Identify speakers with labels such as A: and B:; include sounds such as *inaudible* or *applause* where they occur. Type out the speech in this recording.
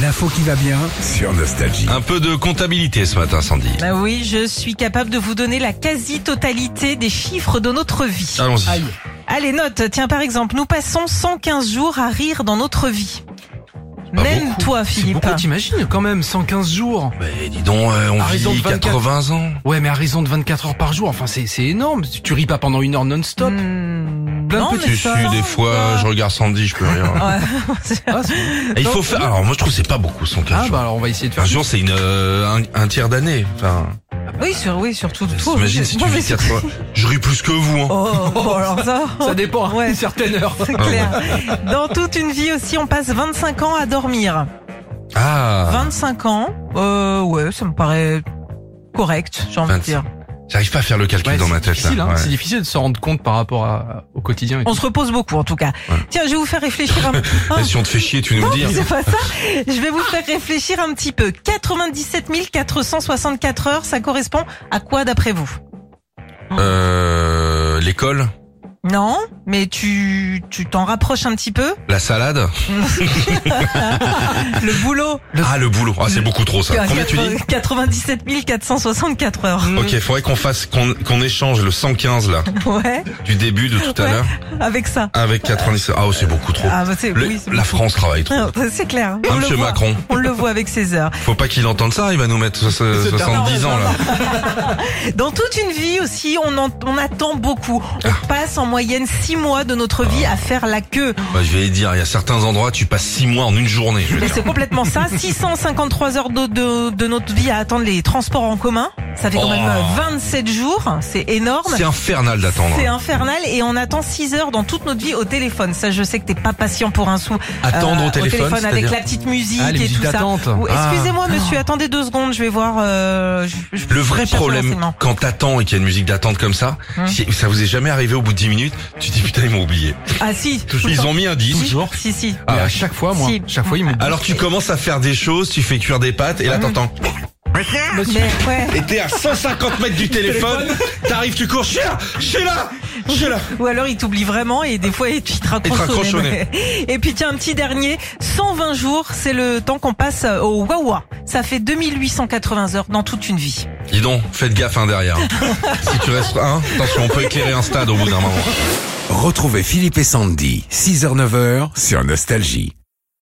A: L'info qui va bien sur Nostalgie.
B: Un peu de comptabilité ce matin, Sandy.
C: Bah oui, je suis capable de vous donner la quasi-totalité des chiffres de notre vie.
D: Ah.
B: Allons-y.
C: Allez, note, tiens par exemple, nous passons 115 jours à rire dans notre vie.
B: Pas
C: Même
B: beaucoup.
C: toi,
D: Ah C'est
C: Philippe. Hmm.
D: beaucoup, t'imagines quand même, 115 jours.
B: Mais dis donc, euh, on
D: Arrêtons
B: vit
D: de 24.
B: 80 ans.
D: Ouais, mais à raison de 24 heures par jour, enfin c'est c'est énorme. Tu tu ris pas pendant une heure non-stop.
C: Hmm,
D: Plein de
C: non,
D: petits
C: mais
B: Je
C: ça
B: suis des
C: va, Ah.
B: fois,
C: *laughs*
B: je regarde Sandy, je peux rien.
D: Ah, c'est-
B: Et il faut faire. Alors moi, je trouve que c'est pas beaucoup 115
D: Ah,
B: jours.
D: bah alors on va essayer de faire.
B: Un jour, c'est une euh, un, un tiers d'année. Enfin,
C: Oui, sur, oui, surtout
D: Euh,
C: toi.
B: t'imagines si tu
C: Moi, mais
B: vis
C: c'est-
B: 4 fois. Je ris plus que vous. Hein.
C: Oh, bon, alors ça,
D: *laughs* Ça dépend, hein,
C: Ouais.
D: certaines heures.
C: *laughs* c'est clair. Dans toute une vie aussi, on passe 25 ans à dormir.
B: Ah,
C: 25 ans, euh, ouais, ça me paraît correct, j'ai envie de
B: 25.
C: dire.
B: j'arrive pas à faire le calcul
D: Ouais,
B: dans ma
D: c'est
B: tête
D: difficile,
B: là.
D: hein,
B: Ouais.
D: c'est difficile de se rendre compte par rapport à- au quotidien. et
C: *laughs* On
D: tout.
C: se repose beaucoup en tout cas.
B: Ouais.
C: Tiens, je vais vous faire réfléchir
B: *laughs*
C: un
B: Et si on te fait chier, tu nous le dis.
C: C'est pas ça. Je vais vous faire réfléchir un petit peu. 97 464 heures, ça correspond à quoi d'après vous
B: Euh, L'école,
C: Non, mais tu tu t'en rapproches un petit peu.
B: la salade. *laughs*
C: Le boulot.
B: Ah, le boulot. Ah, c'est beaucoup trop ça. Combien tu dis Mm.
C: 97 464 heures.
B: Ok, faudrait qu'on fasse qu'on qu'on échange le 115 là
C: *laughs* Ouais,
B: du début de tout à
C: Ouais.
B: l'heure
C: avec ça.
B: avec 97. Ah, oh, c'est beaucoup trop.
C: Ah bah c'est
B: Le-
C: oui, c'est
B: la
C: beaucoup.
B: France travaille trop.
C: Non, C'est clair.
B: Hein,
C: On le
B: Monsieur
C: voit.
B: Macron,
C: On le voit avec ses heures.
B: faut pas qu'il entende ça, il va nous mettre so- so-
D: C'est
B: 70 ans là.
C: Dans toute une vie aussi, on, en- on attend beaucoup.
B: Ah.
C: On passe en moyenne six mois de notre vie à faire la queue.
B: Bah, je vais dire, il y a certains endroits, tu passes 6 mois en une journée. je veux
C: Mais
B: dire.
C: c'est
B: *laughs*
C: complètement ça. 653 heures de, de, de notre vie à attendre les transports en commun. Ça fait quand
B: Oh.
C: même euh, 27 jours. C'est énorme.
B: C'est infernal d'attendre.
C: C'est infernal et on attend 6 heures dans toute notre vie au téléphone. Ça, je sais que t'es pas patient pour un sou. euh,
B: Attendre au téléphone,
C: avec
B: c'est-à-dire
C: la petite musique
D: Ah, les
C: et
D: musiques
C: tout ça.
D: d'attente.
C: Ou-
B: Ah.
C: Excusez-moi, monsieur, attendez deux secondes, je vais voir. euh, je- je-
B: Le
C: je
B: vrai
C: cherche un
B: problème
C: renseignement.
B: quand t'attends et qu'il y a une musique d'attente comme ça,
C: Hmm.
B: si ça vous est jamais arrivé au bout de 10 minutes, tu te dis putain ils m'ont oublié.
C: Ah si. tout le
B: Ils
C: temps.
B: ont mis un disque.
D: Toujours.
C: Si si.
D: Mais
B: Ah,
D: à chaque fois, moi,
C: Si.
D: chaque fois, il me
B: Alors tu commences à faire des choses, tu fais cuire des pâtes et
C: Hum.
B: là t'entends.
C: Mais ouais.
B: Et t'es à 150 mètres
C: *laughs*
B: du téléphone, t'arrives, tu cours, je suis là, je suis là, je suis là.
C: Ou alors il t'oublie vraiment et des fois et tu te
B: Il te
C: raccroches
B: raccroche
C: au
B: au
C: nez. Et puis tiens, un petit dernier, 120 jours, c'est le temps qu'on passe au Wawa. Ça fait 2880 heures dans toute une vie.
B: Dis donc, faites gaffe hein, derrière. si tu restes un, attention, on peut éclairer un stade au bout d'un moment.
A: Retrouvez Philippe et Sandy, 6h-9h sur Nostalgie.